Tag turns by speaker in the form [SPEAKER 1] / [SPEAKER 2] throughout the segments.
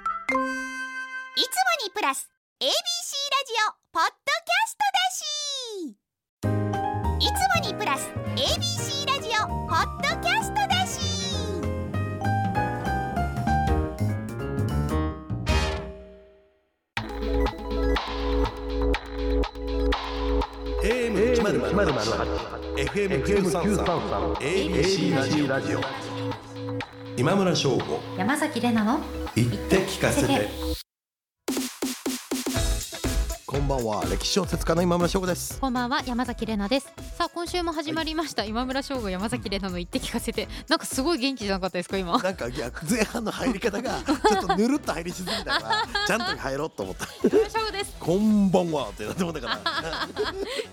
[SPEAKER 1] いつもにプラス ABC ラジオポッドキャストだしいつもにプラス ABC ラジオポッドキャストだし
[SPEAKER 2] 1 0 0 FM 九三三 ABC ラジオ今村翔吾
[SPEAKER 3] 山崎れなの
[SPEAKER 2] 言って聞かせてこんばんは歴史小説家の今村翔吾です
[SPEAKER 3] こんばんは山崎れなですさあ今週も始まりました、今村翔吾山崎れなの言って聞かせてなんかすごい元気じゃなかったですか今
[SPEAKER 2] なんかいや前半の入り方がちょっとぬるっと入りしすぎたからちゃんと入ろうと思った
[SPEAKER 3] 山村翔吾です
[SPEAKER 2] こんばんはってなって思ったから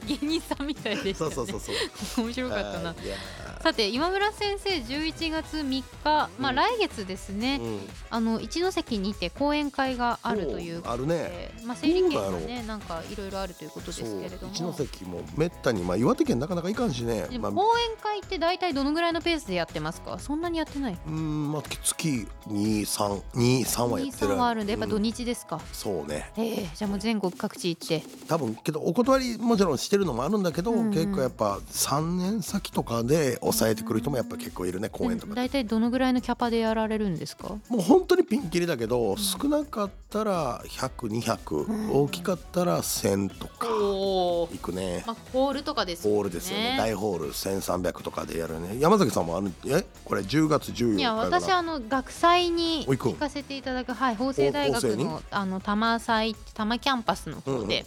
[SPEAKER 3] 芸人さんみたいでした、
[SPEAKER 2] そ
[SPEAKER 3] ね、
[SPEAKER 2] うそうそうそう
[SPEAKER 3] 面白かったな
[SPEAKER 2] はいいや
[SPEAKER 3] さて今村先生11月3日まあ
[SPEAKER 2] うん
[SPEAKER 3] 来月ですね、
[SPEAKER 2] うん
[SPEAKER 3] あの一関にて講演会があるということ
[SPEAKER 2] おうある
[SPEAKER 3] で、まあ整理券が
[SPEAKER 2] そうだ
[SPEAKER 3] ねなんかいろいろあるということです
[SPEAKER 2] そう
[SPEAKER 3] けれども
[SPEAKER 2] 一関もめったにまあ岩手県なかなかいかんしね
[SPEAKER 3] で
[SPEAKER 2] ま
[SPEAKER 3] も
[SPEAKER 2] あ
[SPEAKER 3] 講演会って大体どのぐらいのペースでやってますかそんなにやってない
[SPEAKER 2] うんまあ月二三二三はやって
[SPEAKER 3] 23
[SPEAKER 2] る。
[SPEAKER 3] はあるんでやっぱ土
[SPEAKER 2] うん
[SPEAKER 3] 日ですか、
[SPEAKER 2] そうね。
[SPEAKER 3] ええじゃあもう全国各地行って
[SPEAKER 2] 多分けどお断りもちろんしてるのもあるんだけど、
[SPEAKER 3] うんうん
[SPEAKER 2] 結構やっぱ三年先とかで抑えてくる人もやっぱ結構いるね公演とかで。
[SPEAKER 3] 大体どのぐらいのキャパでやられるんですか
[SPEAKER 2] もう本当にピンキリだけど、少なかったら100200、
[SPEAKER 3] ん
[SPEAKER 2] 大きかったら1000とか
[SPEAKER 3] おお
[SPEAKER 2] いくね、
[SPEAKER 3] まあホールとかです
[SPEAKER 2] ホールですよね大ホール1300とかでやるね山崎さんもあるえこれ10月14日
[SPEAKER 3] いや
[SPEAKER 2] から
[SPEAKER 3] 私あの学祭に
[SPEAKER 2] おいくん
[SPEAKER 3] 行かせていただくはい法政大学
[SPEAKER 2] 法政
[SPEAKER 3] のあの多摩祭多摩キャンパスの方で、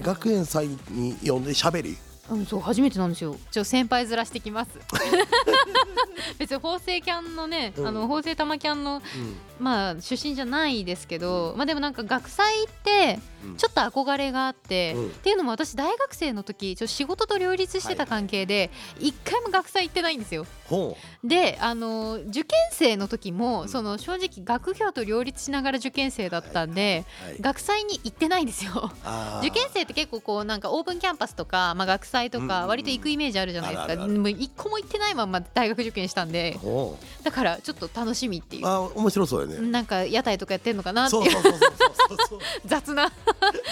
[SPEAKER 2] 学園祭に呼んでしゃべり
[SPEAKER 3] うんそう初めてなんですよちょ先輩ずらして きます 別に法政キャンのね、
[SPEAKER 2] うん
[SPEAKER 3] あの法政多摩キャンのまあ出身じゃないですけど、まあでもなんか学祭って
[SPEAKER 2] うん
[SPEAKER 3] ちょっと憧れがあって、
[SPEAKER 2] うん
[SPEAKER 3] っていうのも私大学生の時ちょっと仕事と両立してた関係で一回も学祭行ってないんですよ。
[SPEAKER 2] ほ
[SPEAKER 3] であの受験生の時も、
[SPEAKER 2] うん
[SPEAKER 3] その正直学業と両立しながら受験生だったんで、
[SPEAKER 2] う、はい
[SPEAKER 3] 学祭に行ってないんですよ。
[SPEAKER 2] あー
[SPEAKER 3] 受験生って結構こうなんかオープンキャンパスとか、まあ、学祭と
[SPEAKER 2] うんうんう
[SPEAKER 3] か
[SPEAKER 2] ん
[SPEAKER 3] 割と行くイメージあるじゃないです
[SPEAKER 2] あ
[SPEAKER 3] か、
[SPEAKER 2] るあるある
[SPEAKER 3] もう一個も行ってないまま大学受験したんで
[SPEAKER 2] ほ
[SPEAKER 3] だからちょっと楽しみっていう
[SPEAKER 2] うあー面白そうだよね、
[SPEAKER 3] なんか屋台とかやってんのかなってい
[SPEAKER 2] そううそうそうそうそうそう
[SPEAKER 3] 雑な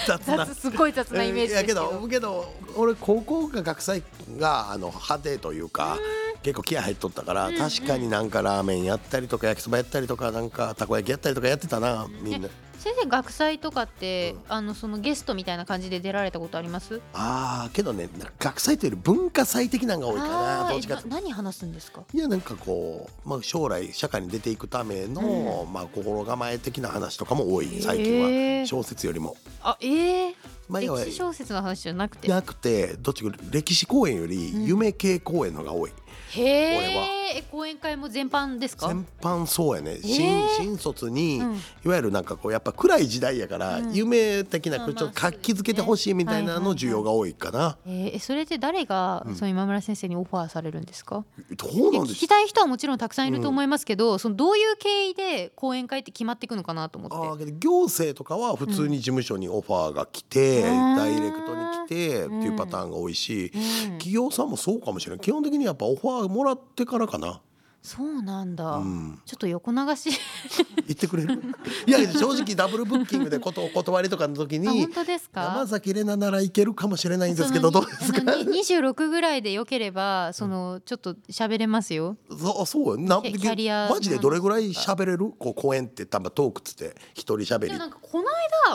[SPEAKER 2] 雑な
[SPEAKER 3] 雑すごい雑なイメージです
[SPEAKER 2] や
[SPEAKER 3] け
[SPEAKER 2] け
[SPEAKER 3] ど
[SPEAKER 2] ど。けど俺高校が学祭があの派手というか結構気合入っとったから、
[SPEAKER 3] うんうん
[SPEAKER 2] 確かになんかラーメンやったりとか焼きそばやったりとかなんかたこ焼きやったりとかやってたなみんな
[SPEAKER 3] 先生学祭とかって、
[SPEAKER 2] うん
[SPEAKER 3] あのそのゲストみたいな感じで出られたことあります
[SPEAKER 2] あーけどねなんか学祭というより文化祭的なんが多いか
[SPEAKER 3] あ
[SPEAKER 2] な
[SPEAKER 3] ー
[SPEAKER 2] どっちかって
[SPEAKER 3] えな何話すんですか
[SPEAKER 2] いやなんかこう、まあ、将来社会に出ていくための、まあ、心構え的な話とかも多い最近は
[SPEAKER 3] えー
[SPEAKER 2] 小説よりも。
[SPEAKER 3] あええ
[SPEAKER 2] 前は
[SPEAKER 3] 歴史小説の話じゃなくて
[SPEAKER 2] なくてどっちか歴史公演より夢系公演のが多い、
[SPEAKER 3] へ
[SPEAKER 2] 俺は
[SPEAKER 3] ええ講演会も全般ですか
[SPEAKER 2] 全般そうやね、
[SPEAKER 3] えー
[SPEAKER 2] 新新卒に、
[SPEAKER 3] うん
[SPEAKER 2] いわゆるなんかこうやっぱ暗い時代やから、
[SPEAKER 3] うん
[SPEAKER 2] 夢的な
[SPEAKER 3] まあ
[SPEAKER 2] こうちょっと
[SPEAKER 3] まあ
[SPEAKER 2] 活気づけてほしいみたいな
[SPEAKER 3] そう
[SPEAKER 2] の
[SPEAKER 3] ですね
[SPEAKER 2] 需要が多いかな、
[SPEAKER 3] えー、それって誰が、
[SPEAKER 2] うん
[SPEAKER 3] その今村先生にオファーされるんですか
[SPEAKER 2] どう
[SPEAKER 3] い
[SPEAKER 2] な
[SPEAKER 3] や
[SPEAKER 2] んで
[SPEAKER 3] 聞
[SPEAKER 2] しょ
[SPEAKER 3] き
[SPEAKER 2] う
[SPEAKER 3] たい人はもちろんたくさんいると思いますけど、そのどういう経緯で講演会って決まっていくのかなと思
[SPEAKER 2] あ
[SPEAKER 3] っ
[SPEAKER 2] ー
[SPEAKER 3] て
[SPEAKER 2] けど行政とかは普通に事務所にオファーが来て、
[SPEAKER 3] うん
[SPEAKER 2] ダイレクトに来てっていうパターンが多いし、
[SPEAKER 3] うん
[SPEAKER 2] 企業さんもそうかもしれない基本的にやっぱオファーもらってからかな、
[SPEAKER 3] そうなんだ、
[SPEAKER 2] うん、
[SPEAKER 3] ちょっと横流し
[SPEAKER 2] 言ってくれる いや正直ダブルブッキングでことお断りとかの時
[SPEAKER 3] あ
[SPEAKER 2] に
[SPEAKER 3] 本当ですか
[SPEAKER 2] 山崎怜奈ならいけるかもしれないんですけどどうですか
[SPEAKER 3] そのに26ぐらいでよければそのちょっと喋れますよ
[SPEAKER 2] そう そうな
[SPEAKER 3] キャキャリア
[SPEAKER 2] マジでどれぐらい喋れるこう公演って多分トークっつって一人喋
[SPEAKER 3] で
[SPEAKER 2] り
[SPEAKER 3] もなんかこの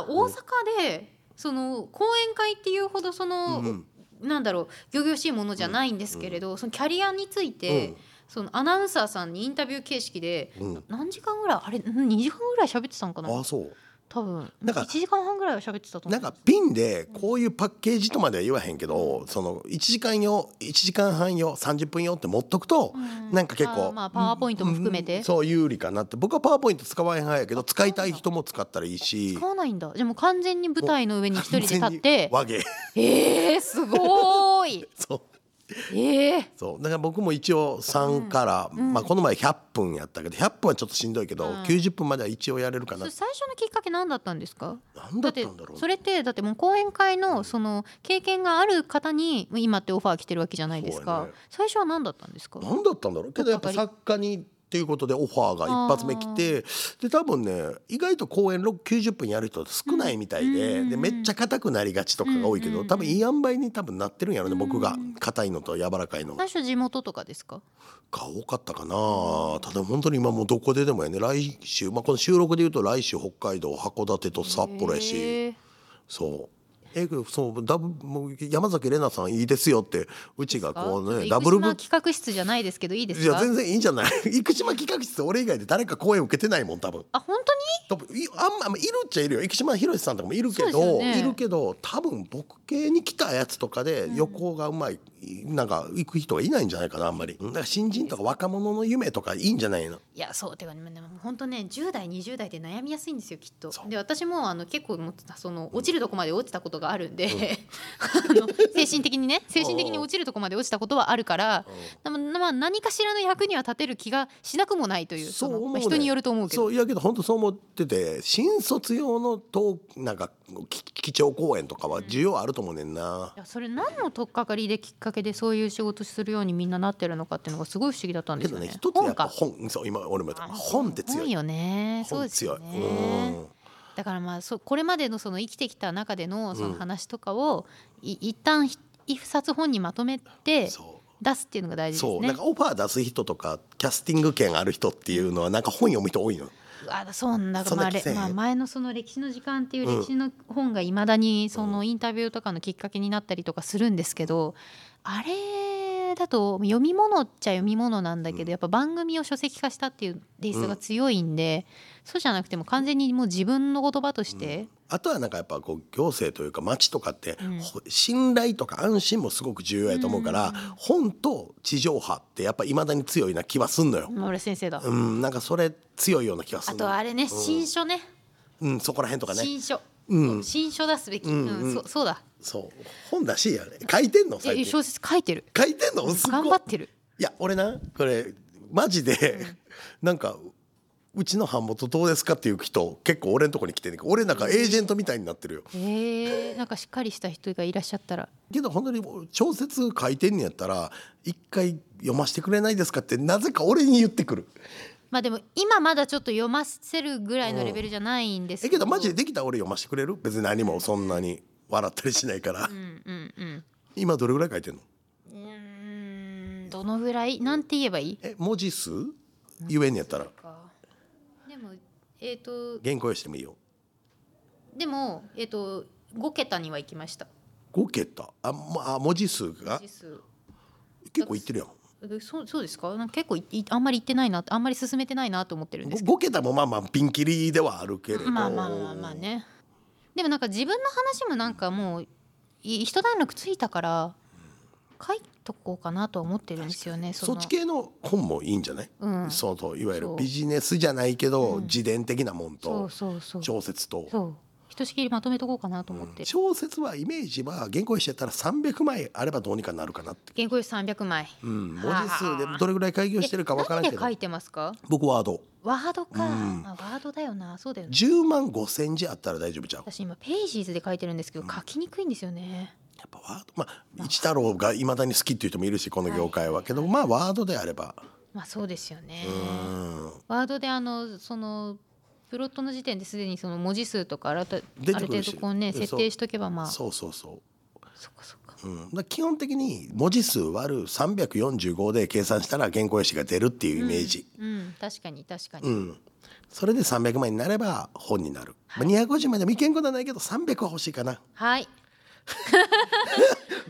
[SPEAKER 3] 間大阪でその講演会っていうほどその、
[SPEAKER 2] うん
[SPEAKER 3] なんだろう仰々しいものじゃないんですけれど、そのキャリアについて、
[SPEAKER 2] うん
[SPEAKER 3] そのアナウンサーさんにインタビュー形式で、
[SPEAKER 2] うん
[SPEAKER 3] 何時間ぐらいあれうん2時間ぐらい喋ってたのかな
[SPEAKER 2] あそう
[SPEAKER 3] 多分
[SPEAKER 2] なんか
[SPEAKER 3] 1時間半ぐらいは喋ってたと思
[SPEAKER 2] なか
[SPEAKER 3] うん
[SPEAKER 2] ピンでこういうパッケージとまでは言わへんけどその1時間用1時間半用30分用って持っとくと
[SPEAKER 3] うん
[SPEAKER 2] なんか結
[SPEAKER 3] あー
[SPEAKER 2] 構
[SPEAKER 3] まあパワーポイントも含めて
[SPEAKER 2] うんそう有利かなって僕はパワーポイント使わへん派やけど使いたい人も使ったらいいし
[SPEAKER 3] 使わないんだじゃあもう完全に舞台の上に一人で立って
[SPEAKER 2] 和芸
[SPEAKER 3] えー、すごーい
[SPEAKER 2] そう
[SPEAKER 3] えー、
[SPEAKER 2] そうだから僕も一応3から、
[SPEAKER 3] うん
[SPEAKER 2] まあ、この前100分やったけど100分はちょっとしんどいけど、
[SPEAKER 3] うん
[SPEAKER 2] 90分までは一応やれるかな
[SPEAKER 3] それ最初のきっかけ何だったんですか
[SPEAKER 2] 何だ
[SPEAKER 3] だっ
[SPEAKER 2] った
[SPEAKER 3] て
[SPEAKER 2] んだろう
[SPEAKER 3] それってだってもう講演会のその経験がある方に今ってオファー来てるわけじゃないで
[SPEAKER 2] そ
[SPEAKER 3] す
[SPEAKER 2] うや
[SPEAKER 3] か、
[SPEAKER 2] ね
[SPEAKER 3] 最初は何だったんですか
[SPEAKER 2] 何だったんだろうけどやっぱ作家にっていうことでオファーが一発目来てで多分ね意外と公演6 90分やる人少ないみたいで,、
[SPEAKER 3] うん
[SPEAKER 2] でめっちゃ硬くなりがちとかが多いけど、
[SPEAKER 3] うん
[SPEAKER 2] 多分いい塩梅に多分なってるんやろね、僕
[SPEAKER 3] う
[SPEAKER 2] が
[SPEAKER 3] ん
[SPEAKER 2] 硬いのと柔らかいのが
[SPEAKER 3] 最初地元とかですか
[SPEAKER 2] 多かったかなただ本当に今もうどこででもやね来週、まあ、この収録でいうと来週北海道函館と札幌やし。
[SPEAKER 3] へー
[SPEAKER 2] そう。えそうダブもう山崎玲奈さんいいですよってうちがこうねダブルブ
[SPEAKER 3] 生島企画室じゃないですけどいいで
[SPEAKER 2] い
[SPEAKER 3] す
[SPEAKER 2] や
[SPEAKER 3] か
[SPEAKER 2] 全然いいんじゃない 生島企画室俺以外で誰か公演受けてないもん多分
[SPEAKER 3] あ本
[SPEAKER 2] 多分いあんままあいるっちゃいるよ生島ひろしさんとかもいるけ
[SPEAKER 3] そう
[SPEAKER 2] ど、
[SPEAKER 3] ですよね
[SPEAKER 2] いるけど多分僕系に来たやつとかで
[SPEAKER 3] ん
[SPEAKER 2] 旅行がうまい、なんか行く人はいないんじゃないかなあんまりだから新人とか若者の夢とかいいんじゃないの
[SPEAKER 3] 当にいやそうてかねでも本当ね10代20代で悩みやすいんですよきっと
[SPEAKER 2] そう
[SPEAKER 3] で私もあの結構もうその落ちるとこまで落ちたことがあるんで、 あの精神的 にね精神的に落ちるとこまで落ちたことはあるからでもまあ何かしらの役には立てる気がしなくもないという
[SPEAKER 2] そう
[SPEAKER 3] の
[SPEAKER 2] 思う
[SPEAKER 3] まあ
[SPEAKER 2] ね
[SPEAKER 3] 人によると思うけ
[SPEAKER 2] そ
[SPEAKER 3] ど
[SPEAKER 2] ういやけど本当そう思ってて新卒用のトークなんかき基調講演とかは需要あると思うねんな。
[SPEAKER 3] いやそれ何の取っかかりできっかけでそういう仕事するようにみんななってるのかっていうのがすごい不思議だったんで
[SPEAKER 2] け
[SPEAKER 3] す
[SPEAKER 2] ど
[SPEAKER 3] よ
[SPEAKER 2] ね
[SPEAKER 3] ね。
[SPEAKER 2] 一つやっぱ
[SPEAKER 3] か
[SPEAKER 2] 本そう今俺も言った本って強
[SPEAKER 3] 本
[SPEAKER 2] い
[SPEAKER 3] よね。そう
[SPEAKER 2] 本
[SPEAKER 3] です
[SPEAKER 2] 強
[SPEAKER 3] よ
[SPEAKER 2] い
[SPEAKER 3] ね。
[SPEAKER 2] うん
[SPEAKER 3] だからまあそうこれまでのその生きてきた中でのそうの
[SPEAKER 2] ん
[SPEAKER 3] 話とかを、い一旦ひ一冊本にまとめて
[SPEAKER 2] そ
[SPEAKER 3] 出すっていうのが大
[SPEAKER 2] う
[SPEAKER 3] 事で
[SPEAKER 2] そ
[SPEAKER 3] す
[SPEAKER 2] うなん
[SPEAKER 3] ね
[SPEAKER 2] か。オファー出す人とかキャスティング権ある人っていうのはなんか本読む人多いの
[SPEAKER 3] うわそんな
[SPEAKER 2] そんな
[SPEAKER 3] まあれ
[SPEAKER 2] 気せえへん
[SPEAKER 3] まあ前のその歴史の時間っていう歴史の本がいまだにそのインタビューとかのきっかけになったりとかするんですけど、あれだと読み物っちゃ読み物なんだけど、
[SPEAKER 2] うん
[SPEAKER 3] やっぱ番組を書籍化したっていうテイストが強いんで、そうじゃなくても完全にもう自分の言葉として、
[SPEAKER 2] あとはなんかやっぱこう行政というか町とかって
[SPEAKER 3] うん
[SPEAKER 2] ほ信頼とか安心もすごく重要やと思うから本と地上波ってやっぱいまだに強いな気はすんのよ。
[SPEAKER 3] 野村先生だ。
[SPEAKER 2] うん、なんかそれ強いような気がす
[SPEAKER 3] あ
[SPEAKER 2] る
[SPEAKER 3] とあれね、新書ね。
[SPEAKER 2] うん、そこら辺とかね
[SPEAKER 3] 新書、
[SPEAKER 2] うん
[SPEAKER 3] 新書出すべき、う
[SPEAKER 2] うんんうん
[SPEAKER 3] そそうだ
[SPEAKER 2] そう本らしいよね書いてんの
[SPEAKER 3] え
[SPEAKER 2] 最近
[SPEAKER 3] 小説書いてる
[SPEAKER 2] 書いてんのすごい
[SPEAKER 3] 頑張ってる
[SPEAKER 2] いや俺なこれマジで、なんかうちの版元どうですかっていう人結構俺のとこに来てね俺なんかエージェントみたいになってるよ
[SPEAKER 3] えー、なんかしっかりした人がいらっしゃったら
[SPEAKER 2] けど本当に小説書いてんのやったら一回読ませてくれないですかってなぜか俺に言ってくる
[SPEAKER 3] まあでも今まだちょっと読ませるぐらいのレベルじゃないんです
[SPEAKER 2] え
[SPEAKER 3] け
[SPEAKER 2] け
[SPEAKER 3] ど、
[SPEAKER 2] どマジでできたら俺読ませてくれる別に何もそんなに笑ったりしないから、
[SPEAKER 3] うんうんうん
[SPEAKER 2] 今どれぐらい書いてんの
[SPEAKER 3] うーんどのぐらいなんて言えばいい
[SPEAKER 2] え文字数言えんのやったら
[SPEAKER 3] でもえっ、と
[SPEAKER 2] 原稿用意してもいいよ
[SPEAKER 3] でもえっ、と5桁には行きました
[SPEAKER 2] 5桁あ、まあ文字数が
[SPEAKER 3] 字数
[SPEAKER 2] 結構いってるやん
[SPEAKER 3] えそうそうですかなんか結構いいあんまり行ってないなあんまり進めてないなと思ってるんですけど
[SPEAKER 2] 5, 桁もまあまあピンキリではあるけれど
[SPEAKER 3] まあまあまあまあねでもなんか自分の話もなんかもうい一段落ついたから書いとこうかなとは思ってるんですよね
[SPEAKER 2] そ
[SPEAKER 3] の
[SPEAKER 2] っち系の本もいいんじゃない、
[SPEAKER 3] うん
[SPEAKER 2] そうといわゆ
[SPEAKER 3] そ
[SPEAKER 2] る
[SPEAKER 3] う
[SPEAKER 2] ビジネスじゃないけど、
[SPEAKER 3] うん
[SPEAKER 2] 自伝的なもん
[SPEAKER 3] そう
[SPEAKER 2] と
[SPEAKER 3] そうそう
[SPEAKER 2] 小説と、
[SPEAKER 3] そうひとしきりまとめとこうかなと思ってる、
[SPEAKER 2] 小説はイメージは原稿用意してたら300枚あればどうにかなるかなって、
[SPEAKER 3] 原稿用紙300枚
[SPEAKER 2] うん、文
[SPEAKER 3] はあ
[SPEAKER 2] 字数でどれぐらい開業してるかわからんけ
[SPEAKER 3] え何で
[SPEAKER 2] ど
[SPEAKER 3] 書いてますか
[SPEAKER 2] 僕ワード
[SPEAKER 3] ワードか、
[SPEAKER 2] うん
[SPEAKER 3] まあ、ワードだよなそうだよね
[SPEAKER 2] 10万5千字あったら大丈夫じゃんや
[SPEAKER 3] 私今ページーズで書いてるんですけど書きにくいんですよね、
[SPEAKER 2] っぱワードまあ一太郎がいまだに好きっていう人もいるしこの業界は、けどまあワードであれば
[SPEAKER 3] まあそうですよね
[SPEAKER 2] うん
[SPEAKER 3] ワードであのそのプロットの時点ですでにその文字数とかあらたあ
[SPEAKER 2] 出てく
[SPEAKER 3] る程
[SPEAKER 2] るし
[SPEAKER 3] 度こうね
[SPEAKER 2] そう
[SPEAKER 3] 設定しとけばまあそ
[SPEAKER 2] そうそうそう
[SPEAKER 3] っかそっか
[SPEAKER 2] うん、だから基本的に文字数割る345で計算したら原稿用紙が出るっていうイメージ、
[SPEAKER 3] うん確かに確かに、
[SPEAKER 2] うんそれで300枚になれば本になる、まあ、250枚でもいけんことはないけど300は欲しいかな
[SPEAKER 3] はい
[SPEAKER 2] こ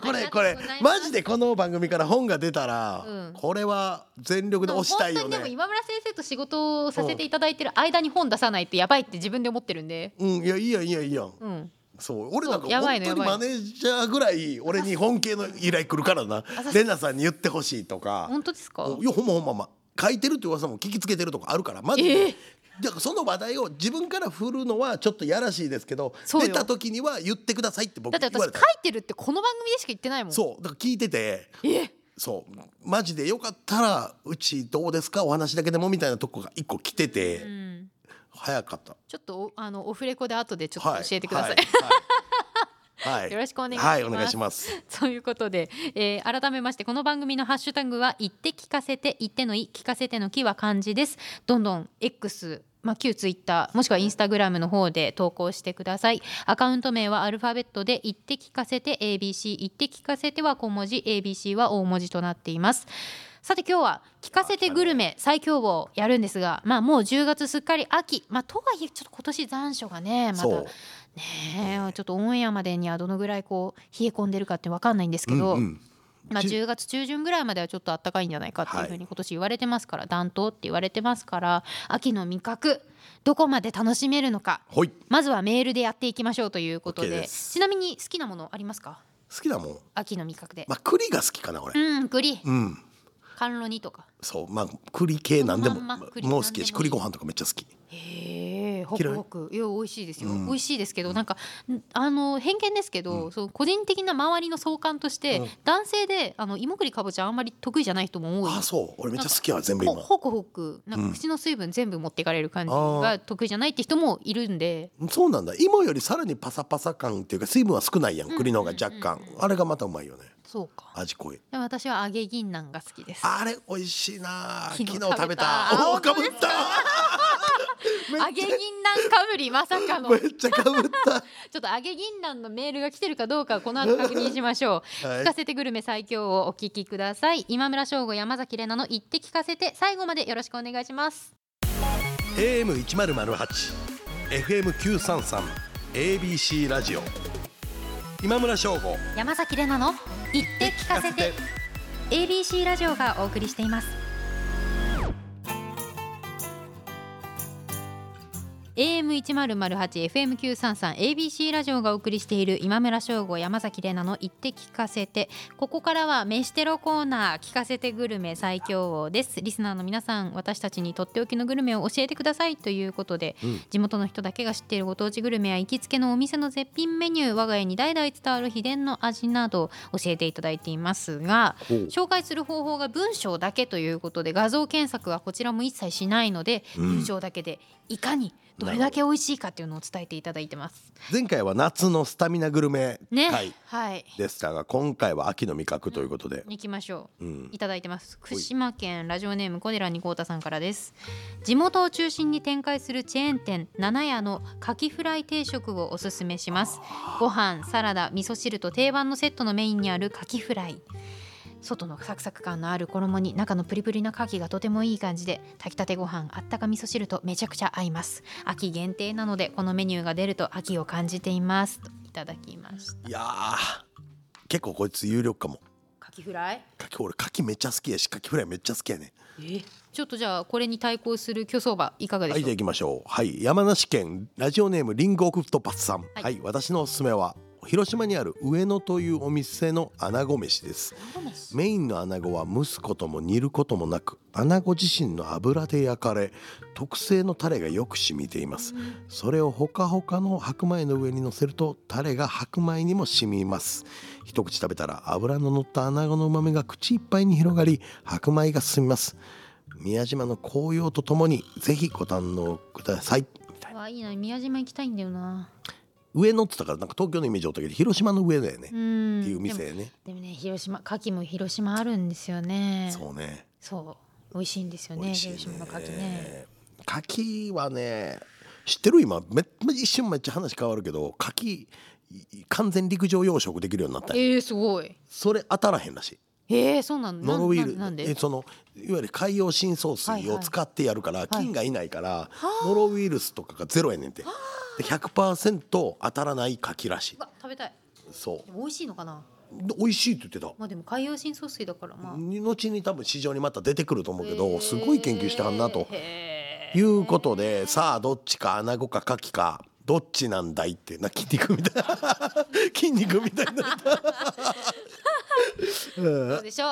[SPEAKER 3] あり
[SPEAKER 2] れ
[SPEAKER 3] がと
[SPEAKER 2] こ
[SPEAKER 3] うござい
[SPEAKER 2] れ
[SPEAKER 3] ます
[SPEAKER 2] マジでこの番組から本が出たら、
[SPEAKER 3] うん
[SPEAKER 2] これは全力で押したいよ
[SPEAKER 3] でも本当にでも
[SPEAKER 2] ね
[SPEAKER 3] 今村先生と仕事をさせていただいてる間に本出さないってやばいって自分で思ってるんで
[SPEAKER 2] うんいやいいやいいやいいやん
[SPEAKER 3] うん
[SPEAKER 2] そう俺なん
[SPEAKER 3] そ
[SPEAKER 2] か
[SPEAKER 3] うやばい
[SPEAKER 2] 本
[SPEAKER 3] の
[SPEAKER 2] 当に
[SPEAKER 3] やばいの
[SPEAKER 2] マネージャーぐらい俺に本系の依頼来るからな
[SPEAKER 3] あそう
[SPEAKER 2] レナさんに言ってほしいとか
[SPEAKER 3] 本当ですか
[SPEAKER 2] おいやほんまほんまほんま書いてるって噂も聞きつけてるとかあるからまず、
[SPEAKER 3] ええ
[SPEAKER 2] だからその話題を自分から振るのはちょっとやらしいですけど
[SPEAKER 3] そうよ
[SPEAKER 2] 出た時には言ってくださいって僕
[SPEAKER 3] だっ
[SPEAKER 2] 言
[SPEAKER 3] て私
[SPEAKER 2] われ
[SPEAKER 3] 書い
[SPEAKER 2] た
[SPEAKER 3] てるってこの番組でしか言ってないもん
[SPEAKER 2] そうだから聞いてて
[SPEAKER 3] ええ
[SPEAKER 2] そうマジでよかったらうちどうですかお話だけでもみたいなとこが一個来てて、
[SPEAKER 3] うん
[SPEAKER 2] 早かった
[SPEAKER 3] ちょっとおあのオフレコで後でちょっと教えてくださ
[SPEAKER 2] は
[SPEAKER 3] い、
[SPEAKER 2] いはいはいはい
[SPEAKER 3] よろしくお願いします
[SPEAKER 2] はいお願いします
[SPEAKER 3] ということで、えー改めましてこの番組のハッシュタグは「言って聞かせて言ってのい聞かせてのき」は漢字ですどんどん X まあ、旧ツイッターもしくはインスタグラムの方で投稿してくださいアカウント名はアルファベットで「言って聞かせて ABC」「言って聞かせて」は小文字 ABC は大文字となっていますさて今日は聞かせてグルメ最強をやるんですが、まあ、もう10月すっかり秋、まあ、とはいえちょっと今年残暑がねまた
[SPEAKER 2] そう
[SPEAKER 3] ねえちょっとオンエアまでにはどのぐらいこう冷え込んでるかって分かんないんですけど、
[SPEAKER 2] うんうん
[SPEAKER 3] まあ、
[SPEAKER 2] じ
[SPEAKER 3] 10月中旬ぐらいまではちょっと暖かいんじゃないかっていうふう
[SPEAKER 2] はい
[SPEAKER 3] に今年言われてますから暖冬って言われてますから秋の味覚どこまで楽しめるのか
[SPEAKER 2] ほい
[SPEAKER 3] まずはメールでやっていきましょうということ
[SPEAKER 2] OK
[SPEAKER 3] で
[SPEAKER 2] です
[SPEAKER 3] ちなみに好きなものありますか
[SPEAKER 2] 好きだもん
[SPEAKER 3] 秋の味覚で、
[SPEAKER 2] まあ栗が好きかな俺
[SPEAKER 3] うん栗
[SPEAKER 2] うん
[SPEAKER 3] 甘露煮とか
[SPEAKER 2] そうまあ栗系なんでも
[SPEAKER 3] まんま栗
[SPEAKER 2] もう好きやし
[SPEAKER 3] なんでもいい
[SPEAKER 2] 栗ご飯とかめっちゃ好き
[SPEAKER 3] へえホクホクいや美味しいですよ、
[SPEAKER 2] うん
[SPEAKER 3] 美味しいですけどなんかんあの偏見ですけど、その個人的な周りの相関として、
[SPEAKER 2] うん
[SPEAKER 3] 男性であの芋栗かぼちゃあんまり得意じゃない人も多い
[SPEAKER 2] あそう俺めっちゃ好きやわ全部
[SPEAKER 3] ほ
[SPEAKER 2] 今
[SPEAKER 3] ほくほくなん
[SPEAKER 2] うん
[SPEAKER 3] か口の水分全部持っていかれる感じ
[SPEAKER 2] あー
[SPEAKER 3] が得意じゃないって人もいるんで
[SPEAKER 2] そうなんだ芋よりさらにパサパサ感っていうか水分は少ないやん
[SPEAKER 3] ん
[SPEAKER 2] 栗の方が若干あれがまたうまいよね
[SPEAKER 3] そうか
[SPEAKER 2] 味濃い
[SPEAKER 3] で私は揚げ銀杏が好きです
[SPEAKER 2] あれ美味しいな
[SPEAKER 3] 昨
[SPEAKER 2] 昨日
[SPEAKER 3] 日食べた
[SPEAKER 2] 食べたおお
[SPEAKER 3] あ
[SPEAKER 2] かぶった
[SPEAKER 3] 揚げ銀杏かぶりまさかの
[SPEAKER 2] めっちゃかぶった
[SPEAKER 3] ちょっと揚げ銀杏のメールが来てるかどうかはこの後確認しましょ う、
[SPEAKER 2] はい
[SPEAKER 3] 聞かせてグルメ最強をお聞きください今村翔吾山崎怜奈の言って聞かせて最後までよろしくお願いします
[SPEAKER 2] AM 一ゼロゼロ八 FM 九三三 ABC ラジオ今村翔吾
[SPEAKER 3] 山崎怜奈の言って聞かせて ABC ラジオがお送りしています AM1008 FM933 ABC ラジオがお送りしている今村翔吾山崎怜奈の言って聞かせてここからは飯テロコーナー聞かせてグルメ最強王ですリスナーの皆さん私たちにとっておきのグルメを教えてくださいということで、
[SPEAKER 2] うん
[SPEAKER 3] 地元の人だけが知っているご当地グルメや行きつけのお店の絶品メニュー我が家に代々伝わる秘伝の味など教えていただいていますが
[SPEAKER 2] ほう
[SPEAKER 3] 紹介する方法が文章だけということで画像検索はこちらも一切しないので、
[SPEAKER 2] うん
[SPEAKER 3] 文章だけでいかにどれだけ美味しいかっていうのを伝えていただいてます。
[SPEAKER 2] 前回は夏のスタミナグルメ
[SPEAKER 3] ね、は
[SPEAKER 2] はいい、でしたが今回は秋の味覚ということで、
[SPEAKER 3] 行きましょう。
[SPEAKER 2] うん、
[SPEAKER 3] いただいてます福島県ラジオネーム小寺にこうたさんからです地元を中心に展開するチェーン店七屋のカキフライ定食をおすすめしますご飯サラダ味噌汁と定番のセットのメインにあるカキフライ外のサクサク感のある衣に中のプリプリなカキがとてもいい感じで炊きたてご飯あったか味噌汁とめちゃくちゃ合います秋限定なのでこのメニューが出ると秋を感じていますといただきました
[SPEAKER 2] いやー結構こいつ有力かも
[SPEAKER 3] カキフライ
[SPEAKER 2] カキ俺カキめっちゃ好きやしカキフライめっちゃ好きやね
[SPEAKER 3] ちょっとじゃあこれに対抗する競走馬いかがで
[SPEAKER 2] は
[SPEAKER 3] し
[SPEAKER 2] い
[SPEAKER 3] ょう
[SPEAKER 2] じゃあ行きましょうはい山梨県ラジオネームリンゴクフトパスさん
[SPEAKER 3] い
[SPEAKER 2] はい、私のおすすめは広島にある上野というお店の穴子飯ですメインの穴子は蒸すことも煮ることもなく穴子自身の油で焼かれ特製のタレがよく染みていますそれをほかほかの白米の上に乗せるとタレが白米にも染みます一口食べたら油の乗った穴子の旨味が口いっぱいに広がり白米が進みます宮島の紅葉とともにぜひご堪能ください
[SPEAKER 3] わあいいな宮島行きたいんだよな
[SPEAKER 2] 上野って言ったからなんか東京のイメージをったけど広島の上だよね
[SPEAKER 3] う
[SPEAKER 2] っ
[SPEAKER 3] ん
[SPEAKER 2] ていう
[SPEAKER 3] で
[SPEAKER 2] 店
[SPEAKER 3] も
[SPEAKER 2] やね
[SPEAKER 3] でもね広島牡蠣も広島あるんですよねそう
[SPEAKER 2] そうね
[SPEAKER 3] 美味しいんですよ
[SPEAKER 2] 美
[SPEAKER 3] ね
[SPEAKER 2] 味しい
[SPEAKER 3] 広島の牡蠣ね
[SPEAKER 2] ね柿はね知ってる今めめ一瞬めっちゃ話変わるけど柿い完全陸上養殖できるようになったんや
[SPEAKER 3] えー、すごい
[SPEAKER 2] それ当たらへんらしい
[SPEAKER 3] えー、そうなの
[SPEAKER 2] ノロウイル
[SPEAKER 3] なんで
[SPEAKER 2] えそのいわゆる海洋深層
[SPEAKER 3] はい
[SPEAKER 2] 水
[SPEAKER 3] は
[SPEAKER 2] を
[SPEAKER 3] い
[SPEAKER 2] 使ってやるから、
[SPEAKER 3] い
[SPEAKER 2] 菌がいないから、ノロウイルスとかがゼロやねんて、で100%当たらない柿らしいう
[SPEAKER 3] わ食べたい
[SPEAKER 2] そ
[SPEAKER 3] でも美味しいのかな
[SPEAKER 2] うで美味しいって言って
[SPEAKER 3] まあでも海洋深層水だから
[SPEAKER 2] た
[SPEAKER 3] まあ
[SPEAKER 2] 後に多分市場にまた出てくると思うけ
[SPEAKER 3] へ
[SPEAKER 2] ど
[SPEAKER 3] ー
[SPEAKER 2] すごい研究してはんなと
[SPEAKER 3] へー
[SPEAKER 2] いうことでさあどっちか穴子か柿かどっちなんだいってな筋肉みたいな 筋肉みたいになったうん
[SPEAKER 3] どうでしょう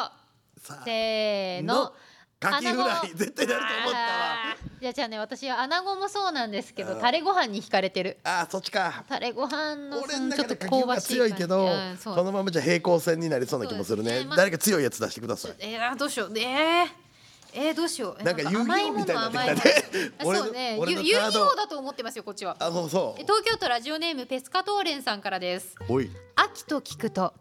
[SPEAKER 2] さあ
[SPEAKER 3] せーの
[SPEAKER 2] の柿フラ
[SPEAKER 3] 穴
[SPEAKER 2] イ
[SPEAKER 3] 子
[SPEAKER 2] 絶対なると思ったわ
[SPEAKER 3] あらじゃあじゃあね私は穴子もそうなんですけど
[SPEAKER 2] うん
[SPEAKER 3] タレご飯に惹かれてる
[SPEAKER 2] ああそっちか
[SPEAKER 3] タレご飯の
[SPEAKER 2] 俺
[SPEAKER 3] そ
[SPEAKER 2] の
[SPEAKER 3] のちょ
[SPEAKER 2] 中
[SPEAKER 3] っと
[SPEAKER 2] で
[SPEAKER 3] 香
[SPEAKER 2] 柿
[SPEAKER 3] ば
[SPEAKER 2] が
[SPEAKER 3] しい
[SPEAKER 2] 強いけど
[SPEAKER 3] 感じうんそう
[SPEAKER 2] このままじゃ平行線になりそうな気もする
[SPEAKER 3] そうで
[SPEAKER 2] ね
[SPEAKER 3] すねまあ
[SPEAKER 2] 誰か強いやつ出してください
[SPEAKER 3] えー、どうしようえー、えー、どうしよう。
[SPEAKER 2] なんか遊戯王みたいになってきたね
[SPEAKER 3] 甘い もの甘いもの
[SPEAKER 2] 俺の
[SPEAKER 3] そうね。
[SPEAKER 2] 俺
[SPEAKER 3] ゆ
[SPEAKER 2] の
[SPEAKER 3] 遊
[SPEAKER 2] カー
[SPEAKER 3] 戯
[SPEAKER 2] ド
[SPEAKER 3] 王だと思ってますよこっちは。
[SPEAKER 2] あそうそ
[SPEAKER 3] え
[SPEAKER 2] う
[SPEAKER 3] 東京都ラジオネームペスカトーレンさんからです。
[SPEAKER 2] おい
[SPEAKER 3] 秋と聞くと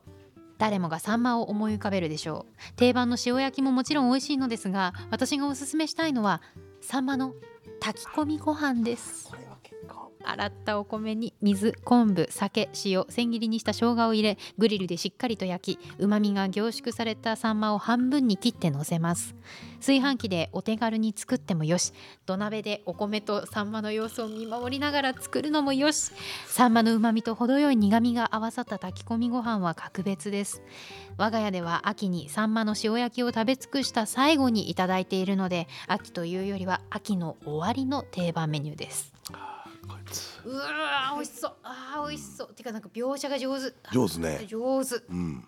[SPEAKER 3] 誰もがサンマを思い浮かべるでしょう定番の塩焼きももちろん美味しいのですが私がおすすめしたいのはサンマの炊き込みご飯です
[SPEAKER 2] これは結構
[SPEAKER 3] 洗ったお米に水昆布酒塩千切りにした生姜を入れグリルでしっかりと焼きうまみが凝縮されたサンマを半分に切ってのせます炊飯器でお手軽に作ってもよし土鍋でお米とサンマの様子を見守りながら作るのもよしサンマのうまみと程よい苦みが合わさった炊き込みご飯は格別です我が家では秋にサンマの塩焼きを食べ尽くした最後にいただいているので秋というよりは秋の終わりの定番メニューです
[SPEAKER 2] こいつ
[SPEAKER 3] うわー美味しそうあー美味しそうてかなんか描写が上手
[SPEAKER 2] 上手ね
[SPEAKER 3] 上手
[SPEAKER 2] うん、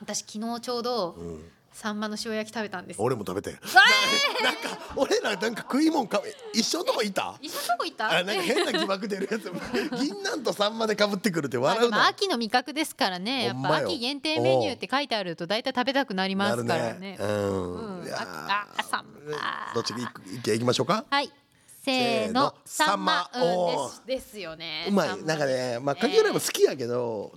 [SPEAKER 3] 私昨日ちょうど
[SPEAKER 2] うん、
[SPEAKER 3] サンマの塩焼き食べたんですよ
[SPEAKER 2] 俺も食べてなんか俺らなんか食い物か一緒のとこいた
[SPEAKER 3] 一緒のとこ行った
[SPEAKER 2] あなんか変な疑惑出るやつ銀杏とサンマでかぶってくるって笑う
[SPEAKER 3] まあ、
[SPEAKER 2] な
[SPEAKER 3] 秋の味覚ですからねやっ
[SPEAKER 2] ほんま
[SPEAKER 3] ぱ
[SPEAKER 2] よ
[SPEAKER 3] 秋限定メニューって書いてあると大体食べたくなりますからね
[SPEAKER 2] うん、
[SPEAKER 3] うん
[SPEAKER 2] いやー
[SPEAKER 3] ああサンマ
[SPEAKER 2] どっちに行く行き行きましょうか
[SPEAKER 3] はいせーの
[SPEAKER 2] せーの
[SPEAKER 3] サンマ
[SPEAKER 2] サンマ
[SPEAKER 3] うん
[SPEAKER 2] お
[SPEAKER 3] ですですよね
[SPEAKER 2] うま
[SPEAKER 3] サン
[SPEAKER 2] い
[SPEAKER 3] マ
[SPEAKER 2] なんかねまあかきぐらいも好きやけど、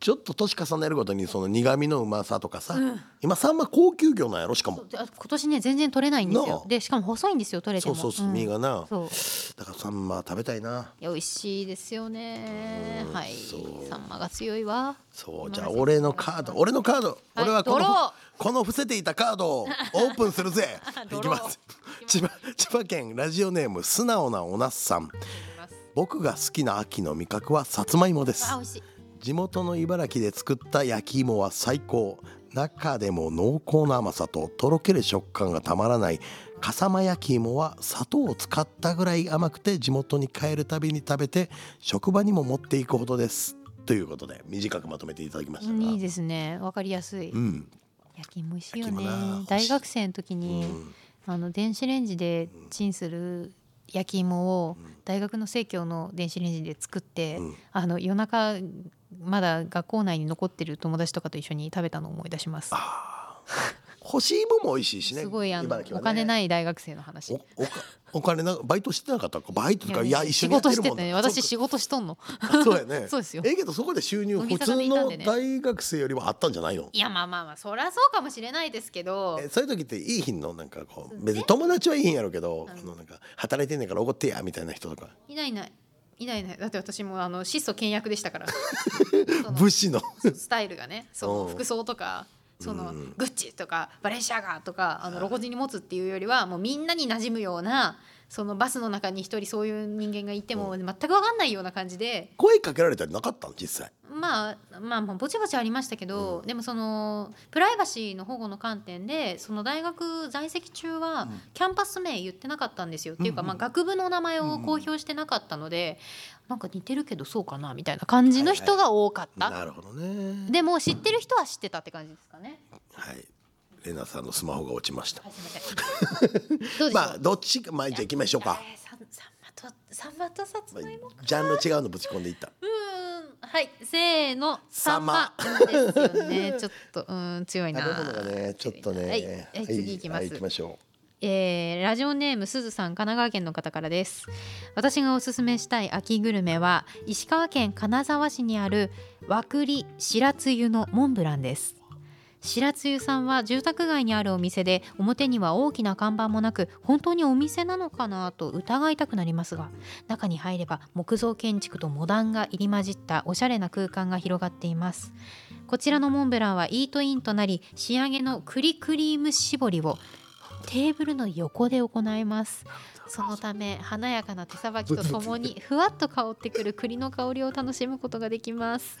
[SPEAKER 2] ちょっと年重ねるごとにその苦味のうまさとかさ、今サンマ高級魚なんやろしかも
[SPEAKER 3] であ今年ね全然取れないんです
[SPEAKER 2] な
[SPEAKER 3] よ
[SPEAKER 2] あ
[SPEAKER 3] でしかも細いんですよ取れて
[SPEAKER 2] そ
[SPEAKER 3] も
[SPEAKER 2] うそうそう、
[SPEAKER 3] ん
[SPEAKER 2] 身がな
[SPEAKER 3] そう
[SPEAKER 2] だからサンマ食べたいない
[SPEAKER 3] や美味しいですよね
[SPEAKER 2] うん
[SPEAKER 3] はい
[SPEAKER 2] そう
[SPEAKER 3] サンマが強いわ
[SPEAKER 2] そう
[SPEAKER 3] 今
[SPEAKER 2] じゃあ
[SPEAKER 3] の
[SPEAKER 2] 俺のカード俺のカード、
[SPEAKER 3] はい
[SPEAKER 2] 俺はこ
[SPEAKER 3] ドロ
[SPEAKER 2] の
[SPEAKER 3] ー
[SPEAKER 2] この伏せていたカードを オープンするぜい
[SPEAKER 3] ド
[SPEAKER 2] き
[SPEAKER 3] ロー
[SPEAKER 2] ます千葉千葉県ラジオネーム素直なおなすさん僕が好きな秋の味覚はさつまいもです
[SPEAKER 3] あ美味しい
[SPEAKER 2] 地元の茨城で作った焼き芋は最高中でも濃厚な甘さととろける食感がたまらない笠間焼き芋は砂糖を使ったぐらい甘くて地元に帰るたびに食べて職場にも持っていくほどですということで短くまとめていただきましたが
[SPEAKER 3] いいですねわかりやすい
[SPEAKER 2] うん、
[SPEAKER 3] 焼き芋美味しいよ
[SPEAKER 2] 焼き芋な
[SPEAKER 3] ね大学生の時
[SPEAKER 2] う
[SPEAKER 3] に
[SPEAKER 2] ん、
[SPEAKER 3] あの電子レンジでチンする焼き芋を
[SPEAKER 2] ん
[SPEAKER 3] 大学の生協の電子レンジで作って
[SPEAKER 2] うん
[SPEAKER 3] あの夜中まだ学校内に残ってる友達とかと一緒に食べたのを思い出します
[SPEAKER 2] あー干し芋も美味しいしね
[SPEAKER 3] すごいあの
[SPEAKER 2] 茨城は
[SPEAKER 3] お
[SPEAKER 2] ね
[SPEAKER 3] 金ない大学生の話
[SPEAKER 2] おおかお金なバイトしてなかったかバイトとかいや一緒
[SPEAKER 3] 仕
[SPEAKER 2] にやっ
[SPEAKER 3] 事
[SPEAKER 2] て
[SPEAKER 3] し
[SPEAKER 2] る
[SPEAKER 3] て
[SPEAKER 2] もん
[SPEAKER 3] てね
[SPEAKER 2] ね
[SPEAKER 3] 私仕事しとんの
[SPEAKER 2] そうやね
[SPEAKER 3] そうですよ
[SPEAKER 2] ええけどそこで収入
[SPEAKER 3] 乃木
[SPEAKER 2] 普
[SPEAKER 3] 坂
[SPEAKER 2] 通
[SPEAKER 3] でいたん
[SPEAKER 2] の
[SPEAKER 3] でね
[SPEAKER 2] 大学生よりもあったんじゃないの
[SPEAKER 3] いやまあまあまあそりゃそうかもしれないですけど
[SPEAKER 2] えそういう時っていい品のなんかこう別に友達はいいんやろうけど、あのなんか働いてんねんからおごってやみたいな人とか
[SPEAKER 3] いないいないいないいないだって私もあの質素倹約 でしたからその
[SPEAKER 2] 武士の
[SPEAKER 3] スタイルがねそううん服装とかその
[SPEAKER 2] うん
[SPEAKER 3] グッチとかバレンシアガとかあのロゴ字に持つっていうよりはもうみんなに馴染むようなそのバスの中に一人そういう人間がいても全く分かんないような感じで、
[SPEAKER 2] 声かけられたりなかったの実際
[SPEAKER 3] まあ、まあまあぼちぼちありましたけど、でもそのプライバシーの保護の観点でその大学在籍中は
[SPEAKER 2] ん
[SPEAKER 3] キャンパス名言ってなかったんですよ、っていうか、
[SPEAKER 2] うん
[SPEAKER 3] まあ、学部の名前を公表してなかったので、なんか似てるけどそうかなみたいな感じの人が多かった、
[SPEAKER 2] なるほどね
[SPEAKER 3] でも知ってる人は知ってたって感じですかね。
[SPEAKER 2] はいレナさんのスマホが落ちました
[SPEAKER 3] あすみません。どうでしょう。
[SPEAKER 2] まあどっちかまあじゃあ行きましょうか、
[SPEAKER 3] えーさんさんまとさんまとさつ
[SPEAKER 2] まあ
[SPEAKER 3] まいも。
[SPEAKER 2] ジャンル違うのぶち込んでいった
[SPEAKER 3] うーんはいせーの
[SPEAKER 2] さ
[SPEAKER 3] さ
[SPEAKER 2] ん
[SPEAKER 3] ん
[SPEAKER 2] ま
[SPEAKER 3] まですよね。ちょっとうーん強いな。
[SPEAKER 2] 食べ物がねちょっとね
[SPEAKER 3] はい、はい、次行きます。
[SPEAKER 2] はい、行きましょ
[SPEAKER 3] えーラジオネームすずさん神奈川県の方からです私がおすすめしたい秋グルメは石川県金沢市にある和栗白つゆのモンブランです白つゆさんは住宅街にあるお店で表には大きな看板もなく本当にお店なのかなと疑いたくなりますが中に入れば木造建築とモダンが入り混じったおしゃれな空間が広がっていますこちらのモンブランはイートインとなり仕上げの栗クリーム絞りをテーブルの横で行いますそのため華やかな手さばきとともにふわっと香ってくる栗の香りを楽しむことができます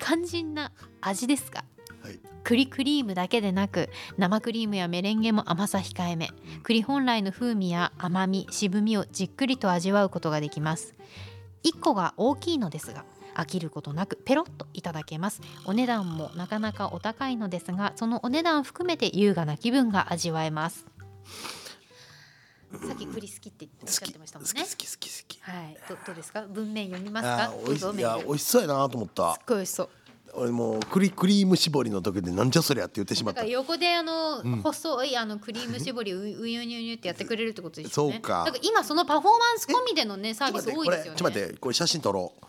[SPEAKER 3] 肝心な味ですが
[SPEAKER 2] うはい
[SPEAKER 3] 栗クリームだけでなく生クリームやメレンゲも甘さ控えめ栗本来の風味や甘み渋みをじっくりと味わうことができます1個が大きいのですが飽きることなくペロッといただけますお値段もなかなかお高いのですがそのお値段含めて優雅な気分が味わえますさっき栗好きっておっしゃってましたもん
[SPEAKER 2] 好
[SPEAKER 3] ね
[SPEAKER 2] き好き好き好き
[SPEAKER 3] はいどどうですか文面読みます
[SPEAKER 2] あ
[SPEAKER 3] か
[SPEAKER 2] ー
[SPEAKER 3] ど
[SPEAKER 2] お
[SPEAKER 3] う
[SPEAKER 2] いし
[SPEAKER 3] ぞ
[SPEAKER 2] い
[SPEAKER 3] メニュ
[SPEAKER 2] や
[SPEAKER 3] ー
[SPEAKER 2] 美味しそうやなと思った
[SPEAKER 3] すっごい美味しそう
[SPEAKER 2] 俺もうクリクリーム絞りの時でなんじゃそりゃって言ってしま
[SPEAKER 3] だ
[SPEAKER 2] っ
[SPEAKER 3] か
[SPEAKER 2] た
[SPEAKER 3] ら横であの、
[SPEAKER 2] ん
[SPEAKER 3] 細いあのクリーム絞りをううにゅうにゅうにゅってやってくれるってことですよね
[SPEAKER 2] そうか
[SPEAKER 3] だから今そのパフォーマンス込みでのねサー
[SPEAKER 2] ちょ
[SPEAKER 3] ビ
[SPEAKER 2] っ
[SPEAKER 3] ス
[SPEAKER 2] と待って
[SPEAKER 3] 多
[SPEAKER 2] これ
[SPEAKER 3] いです
[SPEAKER 2] ちょ
[SPEAKER 3] よ
[SPEAKER 2] っ
[SPEAKER 3] ね
[SPEAKER 2] と待ってこれ写真撮ろう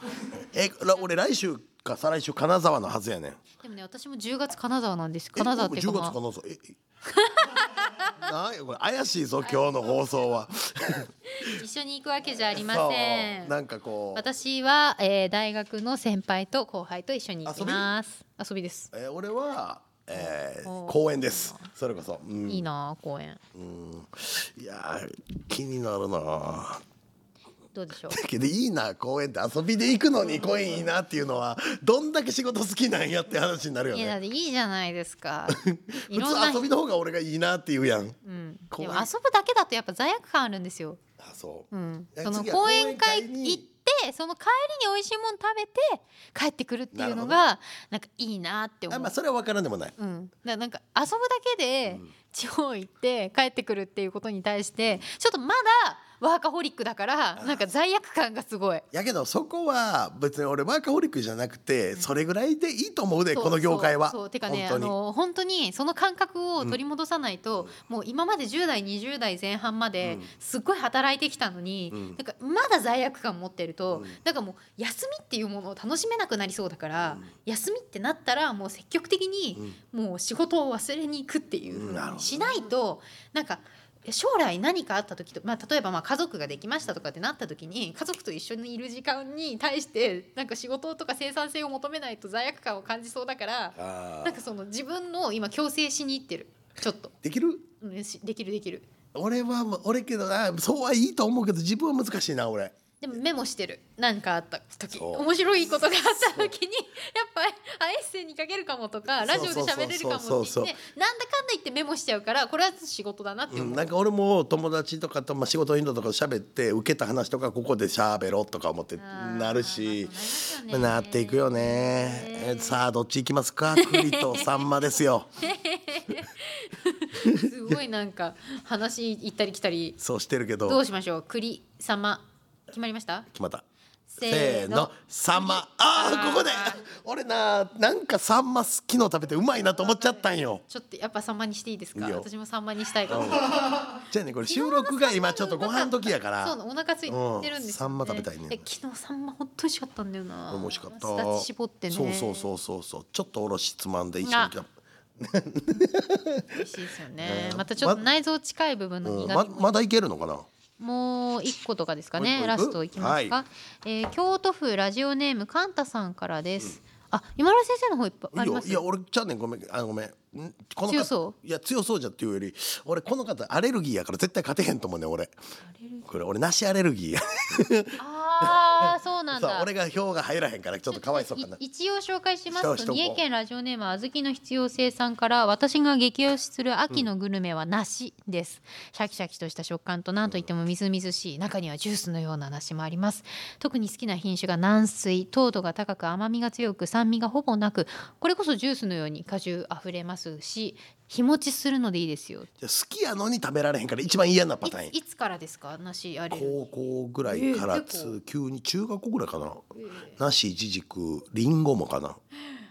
[SPEAKER 2] えら俺来週か再来週金沢のはずやねん
[SPEAKER 3] でもね私も10月金沢なんです金沢っていう
[SPEAKER 2] 10
[SPEAKER 3] か、
[SPEAKER 2] 月
[SPEAKER 3] まあ、
[SPEAKER 2] 金沢ええ なんやこれ怪しいぞ今日の放送は
[SPEAKER 3] 一緒に行くわけじゃありませ
[SPEAKER 2] そ
[SPEAKER 3] ん
[SPEAKER 2] うなんかこう、
[SPEAKER 3] 私は、えー大学の先輩と後輩と一緒に行きます遊びです
[SPEAKER 2] えー俺は、えー
[SPEAKER 3] お
[SPEAKER 2] 公園ですそれこそ、うん
[SPEAKER 3] いいなあ公園
[SPEAKER 2] いやー気になるなあ
[SPEAKER 3] どうでしょう
[SPEAKER 2] けどいいな公園って遊びで行くのに公園いいなっていうのはどんだけ仕事好きなんやって話になるよ
[SPEAKER 3] いやだっ
[SPEAKER 2] ね
[SPEAKER 3] ていいじゃないですかい
[SPEAKER 2] 普
[SPEAKER 3] ろんな
[SPEAKER 2] 通遊びの方が俺がいいなって言うやん
[SPEAKER 3] うん、
[SPEAKER 2] 公
[SPEAKER 3] で
[SPEAKER 2] 園
[SPEAKER 3] も遊ぶだけだとやっぱ罪悪感あるんですよ、
[SPEAKER 2] あそう、
[SPEAKER 3] うん、
[SPEAKER 2] え
[SPEAKER 3] その
[SPEAKER 2] 次は
[SPEAKER 3] 講演会
[SPEAKER 2] 講演会に
[SPEAKER 3] 行ってその帰りに美味しいもん食べて帰ってくるっていう
[SPEAKER 2] な
[SPEAKER 3] のがなんかいいなって思
[SPEAKER 2] あ
[SPEAKER 3] う、
[SPEAKER 2] まあそれは分からんでもない
[SPEAKER 3] うん、だなんか遊ぶだけで地方行って帰ってくるっていうことに対してちょっとまだワーカホリックだからなんか罪悪感がすごい。
[SPEAKER 2] やけどそこは別に俺ワーカホリックじゃなくてそれぐらいでいいと思うで
[SPEAKER 3] そう
[SPEAKER 2] この業界は
[SPEAKER 3] そうそうてか
[SPEAKER 2] 本
[SPEAKER 3] ねあ
[SPEAKER 2] 当に
[SPEAKER 3] の本当にその感覚を取り戻さないと、もう今まで10代20代前半まで
[SPEAKER 2] うん
[SPEAKER 3] すっごい働いてきたのに、
[SPEAKER 2] うん
[SPEAKER 3] なんかまだ罪悪感持ってると、
[SPEAKER 2] うん
[SPEAKER 3] なんかもう休みっていうものを楽しめなくなりそうだから、
[SPEAKER 2] うん
[SPEAKER 3] 休みってなったらもう積極的にもう仕事を忘れに行くっていう
[SPEAKER 2] うんなるほ
[SPEAKER 3] 風に
[SPEAKER 2] ど
[SPEAKER 3] しないとなんか将来何かあった時と、まあ、例えばまあ家族ができましたとかってなった時に家族と一緒にいる時間に対してなんか仕事とか生産性を求めないと罪悪感を感じそうだから
[SPEAKER 2] あー
[SPEAKER 3] なんかその自分の今強制しにいってるちょっと、
[SPEAKER 2] できる
[SPEAKER 3] うん、しできるできる
[SPEAKER 2] 俺はもう俺けどあそうはいいと思うけど自分は難しいな俺
[SPEAKER 3] でもメモしてる何かあった時
[SPEAKER 2] そう
[SPEAKER 3] 面白いことがあった時にやっぱあエッセイにかけるかもとかラジオで喋れるかもって
[SPEAKER 2] そうそ
[SPEAKER 3] 言
[SPEAKER 2] うそうそうそう
[SPEAKER 3] ってなんだかんだ言ってメモしちゃうからこれは仕事だなっ
[SPEAKER 2] う
[SPEAKER 3] て思う、
[SPEAKER 2] ん、なんか俺も友達とかと、まあ、仕事人とかと喋って受けた話とかここで喋ろうとか思って
[SPEAKER 3] あー
[SPEAKER 2] なるし
[SPEAKER 3] まあそうなりますよね
[SPEAKER 2] まあなっていくよね、
[SPEAKER 3] ね
[SPEAKER 2] えーさあどっち行きますか栗とサンマですよ
[SPEAKER 3] すごいなんか話行ったり来たり
[SPEAKER 2] そうしてるけ
[SPEAKER 3] ど
[SPEAKER 2] ど
[SPEAKER 3] うしましょう栗様決まりました
[SPEAKER 2] 決まった
[SPEAKER 3] せ
[SPEAKER 2] せ
[SPEAKER 3] ー
[SPEAKER 2] ー
[SPEAKER 3] の
[SPEAKER 2] のサンマあーここで俺ななんかサンマ昨日食べてうまいなと思っちゃったんよ
[SPEAKER 3] ちょっとやっぱ様にしていいですか
[SPEAKER 2] いいよ
[SPEAKER 3] 私も様にしたいかも
[SPEAKER 2] じゃあねこれ収録が今ちょっとご飯時やから
[SPEAKER 3] そうお腹空いてるんですよ、ね
[SPEAKER 2] うんサンマ食べたいね
[SPEAKER 3] え昨日サンマほんと美味しかったんだよな
[SPEAKER 2] 美味しかった
[SPEAKER 3] すだち絞ってね
[SPEAKER 2] そうそうそうそうそうちょっとおろしつまんで一緒に食べ
[SPEAKER 3] 美味しいですよね
[SPEAKER 2] うん
[SPEAKER 3] またちょっと内臓近い部分の
[SPEAKER 2] うん
[SPEAKER 3] 苦
[SPEAKER 2] ま
[SPEAKER 3] 味も、
[SPEAKER 2] まだいけるのかな
[SPEAKER 3] もう一個とかですか
[SPEAKER 2] もう一
[SPEAKER 3] ね
[SPEAKER 2] 個
[SPEAKER 3] ラストいきますか、
[SPEAKER 2] は
[SPEAKER 3] えー京都府ラジオネームカンタさんからです、あ今村先生の方いっぱい
[SPEAKER 2] い
[SPEAKER 3] あ
[SPEAKER 2] い
[SPEAKER 3] り
[SPEAKER 2] よ
[SPEAKER 3] ます
[SPEAKER 2] いや俺じゃあねごめんあのごめんんこの方
[SPEAKER 3] 強そ
[SPEAKER 2] いや強そうじゃっていうより俺この方アレルギーやから絶対勝てへんと思うね俺これ俺梨アレルギーや
[SPEAKER 3] ああそうなん
[SPEAKER 2] そう
[SPEAKER 3] だ
[SPEAKER 2] 俺が票が入らへんからちょっとかわいそうかない
[SPEAKER 3] 一応紹介しま
[SPEAKER 2] そう
[SPEAKER 3] す
[SPEAKER 2] し
[SPEAKER 3] と
[SPEAKER 2] とこう
[SPEAKER 3] 三重県ラジオネームあずきの必要性さんから私が激推しする秋のグルメは梨です、シャキシャキとした食感と何といってもみずみずしい中にはジュースのような梨もあります特に好きな品種が軟水糖度が高く甘みが強く酸味がほぼなくこれこそジュースのように果汁あふれますし日持ちするのでいいですよ
[SPEAKER 2] じゃあ好きやのに食べられへんから一番嫌ないパターンや
[SPEAKER 3] ついつからですか梨あれる
[SPEAKER 2] 高校ぐらいから
[SPEAKER 3] えー結構
[SPEAKER 2] つ急に中学校ぐらいかな梨いちじくりんごもかな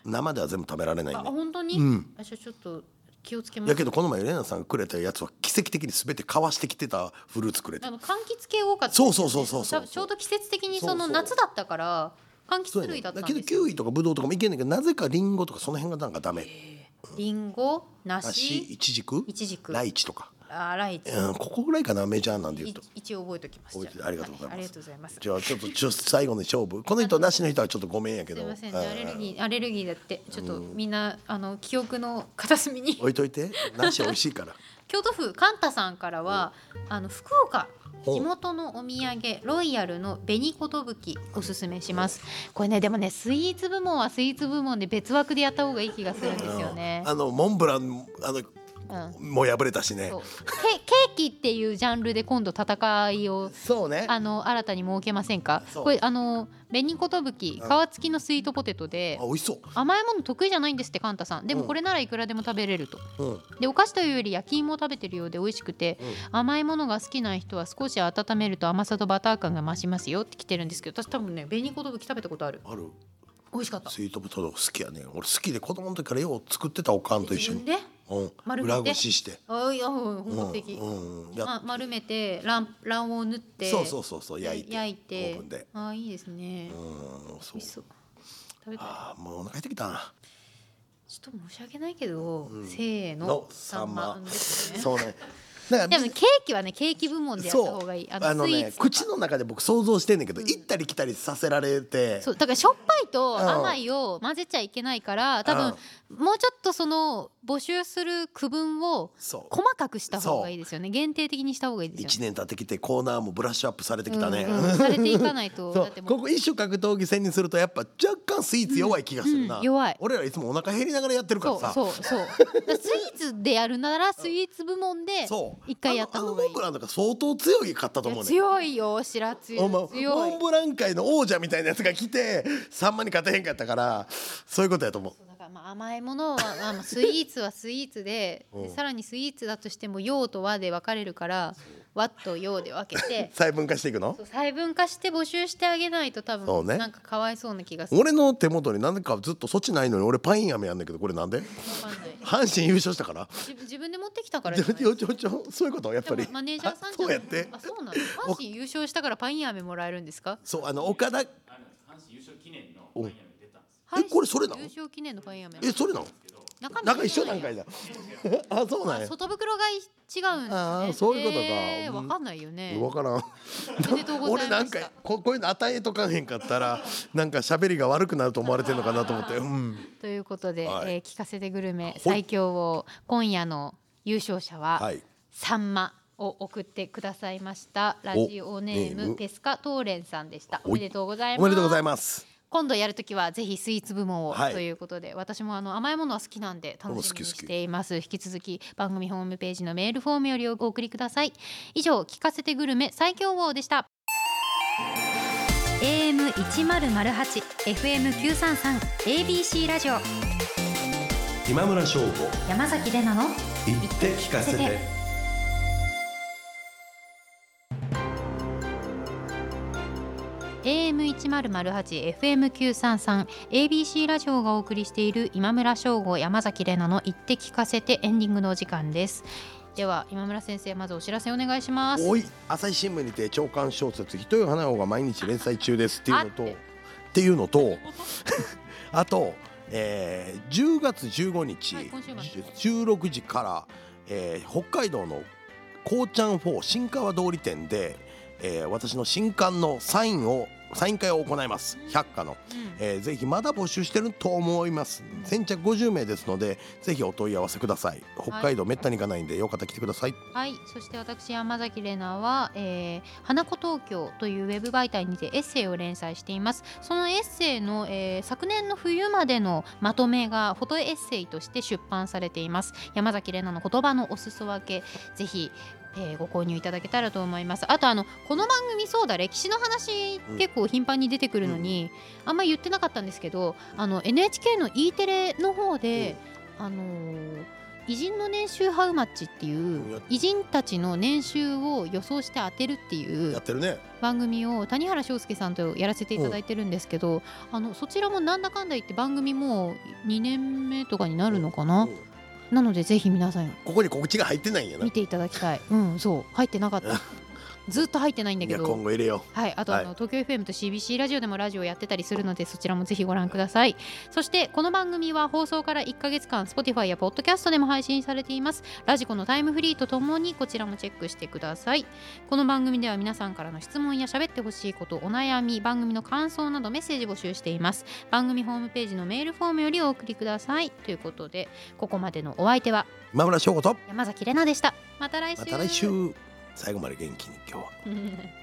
[SPEAKER 2] 生では全部食べられない
[SPEAKER 3] あ
[SPEAKER 2] ね
[SPEAKER 3] 本当に、
[SPEAKER 2] うん
[SPEAKER 3] あじゃあちょっと気をつけます
[SPEAKER 2] やけどこの前レナさんがくれたやつは奇跡的に全てかわしてきてたフルーツくれて
[SPEAKER 3] あの柑橘系多かった
[SPEAKER 2] そうそうそうそうそう
[SPEAKER 3] 多分ちょうど季節的に
[SPEAKER 2] そう
[SPEAKER 3] そ
[SPEAKER 2] そう
[SPEAKER 3] の夏だったから柑
[SPEAKER 2] そう
[SPEAKER 3] 橘
[SPEAKER 2] やね
[SPEAKER 3] 類だったん
[SPEAKER 2] だけど
[SPEAKER 3] です
[SPEAKER 2] キ
[SPEAKER 3] よ
[SPEAKER 2] ウイとかブドウとかもいけんねんけどなぜかリンゴとかその辺がなんかダメ
[SPEAKER 3] りんご
[SPEAKER 2] 梨
[SPEAKER 3] 梨
[SPEAKER 2] イチジク
[SPEAKER 3] いちじく
[SPEAKER 2] ライチとか、
[SPEAKER 3] あライチ
[SPEAKER 2] うん、ここぐらいかなメジャーなんで言う
[SPEAKER 3] い
[SPEAKER 2] と
[SPEAKER 3] 一応覚えておきます
[SPEAKER 2] 覚えて
[SPEAKER 3] じゃ
[SPEAKER 2] ありがとうございます
[SPEAKER 3] はありがとうございます
[SPEAKER 2] じゃあちょっとちょ最後の勝負この人なしの人はちょっとごめんやけ
[SPEAKER 3] す
[SPEAKER 2] ど
[SPEAKER 3] いません
[SPEAKER 2] う
[SPEAKER 3] ね
[SPEAKER 2] ん
[SPEAKER 3] アレルギーアレルギーだってちょっとみんなあの記憶の片隅に
[SPEAKER 2] 置いといて梨は美味しいから
[SPEAKER 3] 京都府カンタさんからはあの福岡
[SPEAKER 2] ほう
[SPEAKER 3] 地元のお土産ロイヤルの紅寿おすすめしますこれねでもねスイーツ部門はスイーツ部門で別枠でやった方がいい気がするん ですよね
[SPEAKER 2] あのモンブランあの
[SPEAKER 3] うん
[SPEAKER 2] もう破れたしね
[SPEAKER 3] そうケケーキっていうジャンルで今度戦いを
[SPEAKER 2] そうね
[SPEAKER 3] あの新たに設けませんか
[SPEAKER 2] そう
[SPEAKER 3] これあの紅寿皮付きのスイートポテトで
[SPEAKER 2] あ美味しそ
[SPEAKER 3] 甘いもの得意じゃないんですってカンタさんでも
[SPEAKER 2] うん
[SPEAKER 3] これならいくらでも食べれると
[SPEAKER 2] う、うん、
[SPEAKER 3] でお菓子というより焼き芋を食べてるようで美味しくて、
[SPEAKER 2] う
[SPEAKER 3] 甘いものが好きな人は少し温めると甘さとバター感が増しますよって来てるんですけど私多分ね紅寿食べたことある
[SPEAKER 2] ある
[SPEAKER 3] 美味しかった
[SPEAKER 2] スイートポテト好きやねん俺好きで子供の時からよう作ってたおかんと一緒に、
[SPEAKER 3] で
[SPEAKER 2] うん、
[SPEAKER 3] 丸めて
[SPEAKER 2] 裏ごしして、
[SPEAKER 3] あいやうん
[SPEAKER 2] うん
[SPEAKER 3] 本格的、
[SPEAKER 2] うんうん、やっ
[SPEAKER 3] ま、丸めて卵卵を縫って
[SPEAKER 2] そうそうそうそう焼いて
[SPEAKER 3] 焼いて
[SPEAKER 2] オーブンで
[SPEAKER 3] あいいですね、
[SPEAKER 2] う
[SPEAKER 3] 美
[SPEAKER 2] んそう
[SPEAKER 3] 味しそう食べたい
[SPEAKER 2] あーもうお腹減ってきたな
[SPEAKER 3] ちょっと申し訳ないけど、
[SPEAKER 2] うん
[SPEAKER 3] せーの
[SPEAKER 2] のサンマ
[SPEAKER 3] ですね
[SPEAKER 2] そうねなん
[SPEAKER 3] で
[SPEAKER 2] か
[SPEAKER 3] もケーキはねケーキ部門でやった
[SPEAKER 2] そ
[SPEAKER 3] 方
[SPEAKER 2] う
[SPEAKER 3] がいいあの
[SPEAKER 2] あの
[SPEAKER 3] スイー
[SPEAKER 2] ね
[SPEAKER 3] ツとか
[SPEAKER 2] 口の中で僕想像してんねんけど、行ったり来たりさせられて
[SPEAKER 3] そうだからしょっぱいと
[SPEAKER 2] うん
[SPEAKER 3] 甘いを混ぜちゃいけないから多分もうちょっとその募集する区分を
[SPEAKER 2] そう
[SPEAKER 3] 細かくした方がいいですよね限定的にした方がいいですよ
[SPEAKER 2] 1
[SPEAKER 3] ね。
[SPEAKER 2] 年経ってきてコーナーもブラッシュアップされてきたね、
[SPEAKER 3] うんうんされていかない と
[SPEAKER 2] そ
[SPEAKER 3] だっ
[SPEAKER 2] う
[SPEAKER 3] ても
[SPEAKER 2] こ
[SPEAKER 3] う
[SPEAKER 2] こ一種格闘技戦にするとやっぱ若干スイーツ弱い気がするな、
[SPEAKER 3] うんうん弱い
[SPEAKER 2] 俺らいつもお腹減りながらやってるから
[SPEAKER 3] そう
[SPEAKER 2] さ
[SPEAKER 3] そうそうだからスイーツでやるならスイーツ部門で
[SPEAKER 2] そう
[SPEAKER 3] 一回やった
[SPEAKER 2] あの
[SPEAKER 3] 方がい
[SPEAKER 2] あのモ
[SPEAKER 3] い
[SPEAKER 2] ンブランとか相当強いかったと
[SPEAKER 3] い
[SPEAKER 2] 思
[SPEAKER 3] や
[SPEAKER 2] うねん
[SPEAKER 3] 強いよ白
[SPEAKER 2] お
[SPEAKER 3] つゆ
[SPEAKER 2] 前
[SPEAKER 3] 強
[SPEAKER 2] モ
[SPEAKER 3] い
[SPEAKER 2] ンブラン界の王者みたいなやつが来てさんまに勝てへんかったからそういうことやと思う
[SPEAKER 3] そうだからまあ甘いものは、まあ、まあスイーツはスイーツで
[SPEAKER 2] うん
[SPEAKER 3] でさらにスイーツだとしても洋と和で分かれるから和と洋で分けて
[SPEAKER 2] 細分化していくの
[SPEAKER 3] そう細分化して募集してあげないと多
[SPEAKER 2] そう
[SPEAKER 3] 分、
[SPEAKER 2] ね
[SPEAKER 3] なんかかわいそうな気がする。
[SPEAKER 2] 俺の手元に何かずっとそっちないのに俺パイン飴やんだけどこれなんで
[SPEAKER 3] わかんない
[SPEAKER 2] 阪神優勝したから
[SPEAKER 3] 自自分で持ってきたか ら
[SPEAKER 2] ち
[SPEAKER 3] じ
[SPEAKER 2] ょ
[SPEAKER 3] ゃない
[SPEAKER 2] ちょちょちょそういうことやっぱ
[SPEAKER 3] で
[SPEAKER 2] り
[SPEAKER 3] もマネージャーさん
[SPEAKER 2] あ
[SPEAKER 3] じゃ
[SPEAKER 2] そう
[SPEAKER 3] ない
[SPEAKER 2] やって
[SPEAKER 3] あそうなの阪神優勝したからパイン飴もらえるんですか
[SPEAKER 2] そうあの岡田え
[SPEAKER 4] あの阪神優勝記念のファイナルに出たんですよ
[SPEAKER 3] 阪神
[SPEAKER 2] これそれなの
[SPEAKER 3] 優勝記念のパイン飴
[SPEAKER 2] それなの
[SPEAKER 3] 中身
[SPEAKER 2] なんか一緒なん かいだあそうなんや
[SPEAKER 3] 外袋がい違うんですね
[SPEAKER 2] あーそういうことか
[SPEAKER 3] えー
[SPEAKER 2] うん
[SPEAKER 3] わかんないよね
[SPEAKER 2] 分からん
[SPEAKER 3] おめでとうござ
[SPEAKER 2] 俺
[SPEAKER 3] い
[SPEAKER 2] な
[SPEAKER 3] ま
[SPEAKER 2] ん
[SPEAKER 3] し
[SPEAKER 2] か
[SPEAKER 3] た
[SPEAKER 2] ここういうの与えとかんへんかったらなんか喋りが悪くなると思われてるのかなと思ってうん
[SPEAKER 3] ということで、
[SPEAKER 2] はい
[SPEAKER 3] えー聞かせてグルメ最強を今夜の優勝者は、
[SPEAKER 2] はい
[SPEAKER 3] サンマを送ってくださいましたラジオネー
[SPEAKER 2] ネー
[SPEAKER 3] ム
[SPEAKER 2] ム
[SPEAKER 3] ペスカトーレンさんでした
[SPEAKER 2] い
[SPEAKER 3] おめでとうございます
[SPEAKER 2] おめでとうございます
[SPEAKER 3] 今度やるときはぜひスイーツ部門を、
[SPEAKER 2] はい
[SPEAKER 3] ということで私もあの甘いものは好きなんで楽
[SPEAKER 2] 俺も好
[SPEAKER 3] し
[SPEAKER 2] き
[SPEAKER 3] みに
[SPEAKER 2] 好き
[SPEAKER 3] しています引き続き番組ホームページのメールフォームよりお送りください以上聞かせてグルメ最強王でした AM 一ゼロゼ八 FM 九三三 ABC ラジオ
[SPEAKER 2] 今村翔吾
[SPEAKER 3] 山崎れなの
[SPEAKER 2] 言って聞か
[SPEAKER 3] せてAM1008 FM933 ABC ラジオがお送りしている今村翔吾山崎怜奈の言って聞かせてエンディングのお時間ですでは今村先生まずお知らせお願いします
[SPEAKER 2] おい朝日新聞にて長官小説「ひとよ花子」が毎日連載中ですっていうのと
[SPEAKER 3] あって
[SPEAKER 2] っていうのと あと、えー10月15日、
[SPEAKER 3] はい今週末
[SPEAKER 2] 16時から、えー北海道のこうちゃん4新川通り店で、えー私の新刊のサインをサイン会を行います百科の、
[SPEAKER 3] うん
[SPEAKER 2] えーぜひまだ募集してると思います先着50名ですのでぜひお問い合わせください北海道めったに行かないんでよかったら来てください
[SPEAKER 3] はい、そして私山崎怜奈は、えー花子東京というウェブ媒体にてエッセイを連載していますそのエッセイの、えー昨年の冬までのまとめがフォトエッセイとして出版されています山崎怜奈の言葉のお裾分けぜひえーご購入いただけたらと思いますあとあのこの番組そうだ歴史の話
[SPEAKER 2] うん
[SPEAKER 3] 結構頻繁に出てくるのに、あんまり言ってなかったんですけどあの NHK の E テレの方で、あのー偉人の年収ハウマッチっていう偉人たちの年収を予想して当てるってい
[SPEAKER 2] や
[SPEAKER 3] う
[SPEAKER 2] ってるね
[SPEAKER 3] 番組を谷原章介さんとやらせていただいてるんですけどあのそちらもなんだかんだ言って番組もう2年目とかになるのか
[SPEAKER 2] う
[SPEAKER 3] なんなのでぜひ皆さん
[SPEAKER 2] ここに告知が入ってないんやな
[SPEAKER 3] 見ていただきたいうんそう入ってなか ったずっと入ってないんだ
[SPEAKER 2] い
[SPEAKER 3] け
[SPEAKER 2] や今
[SPEAKER 3] ど
[SPEAKER 2] 後入れよ
[SPEAKER 3] はい、あとあの、
[SPEAKER 2] は
[SPEAKER 3] 東京 FM と CBC ラジオでもラジオやってたりするのでそちらもぜひご覧くださいそしてこの番組は放送から1ヶ月間 Spotify や Podcast でも配信されていますラジコのタイムフリーとともにこちらもチェックしてくださいこの番組では皆さんからの質問や喋ってほしいことお悩み番組の感想などメッセージ募集しています番組ホームページのメールフォームよりお送りくださいということでここまでのお相手は
[SPEAKER 2] 今村翔吾と
[SPEAKER 3] 山崎れなでしたまた来週
[SPEAKER 2] また来週最後まで元気に今日は
[SPEAKER 3] Mm-hmm.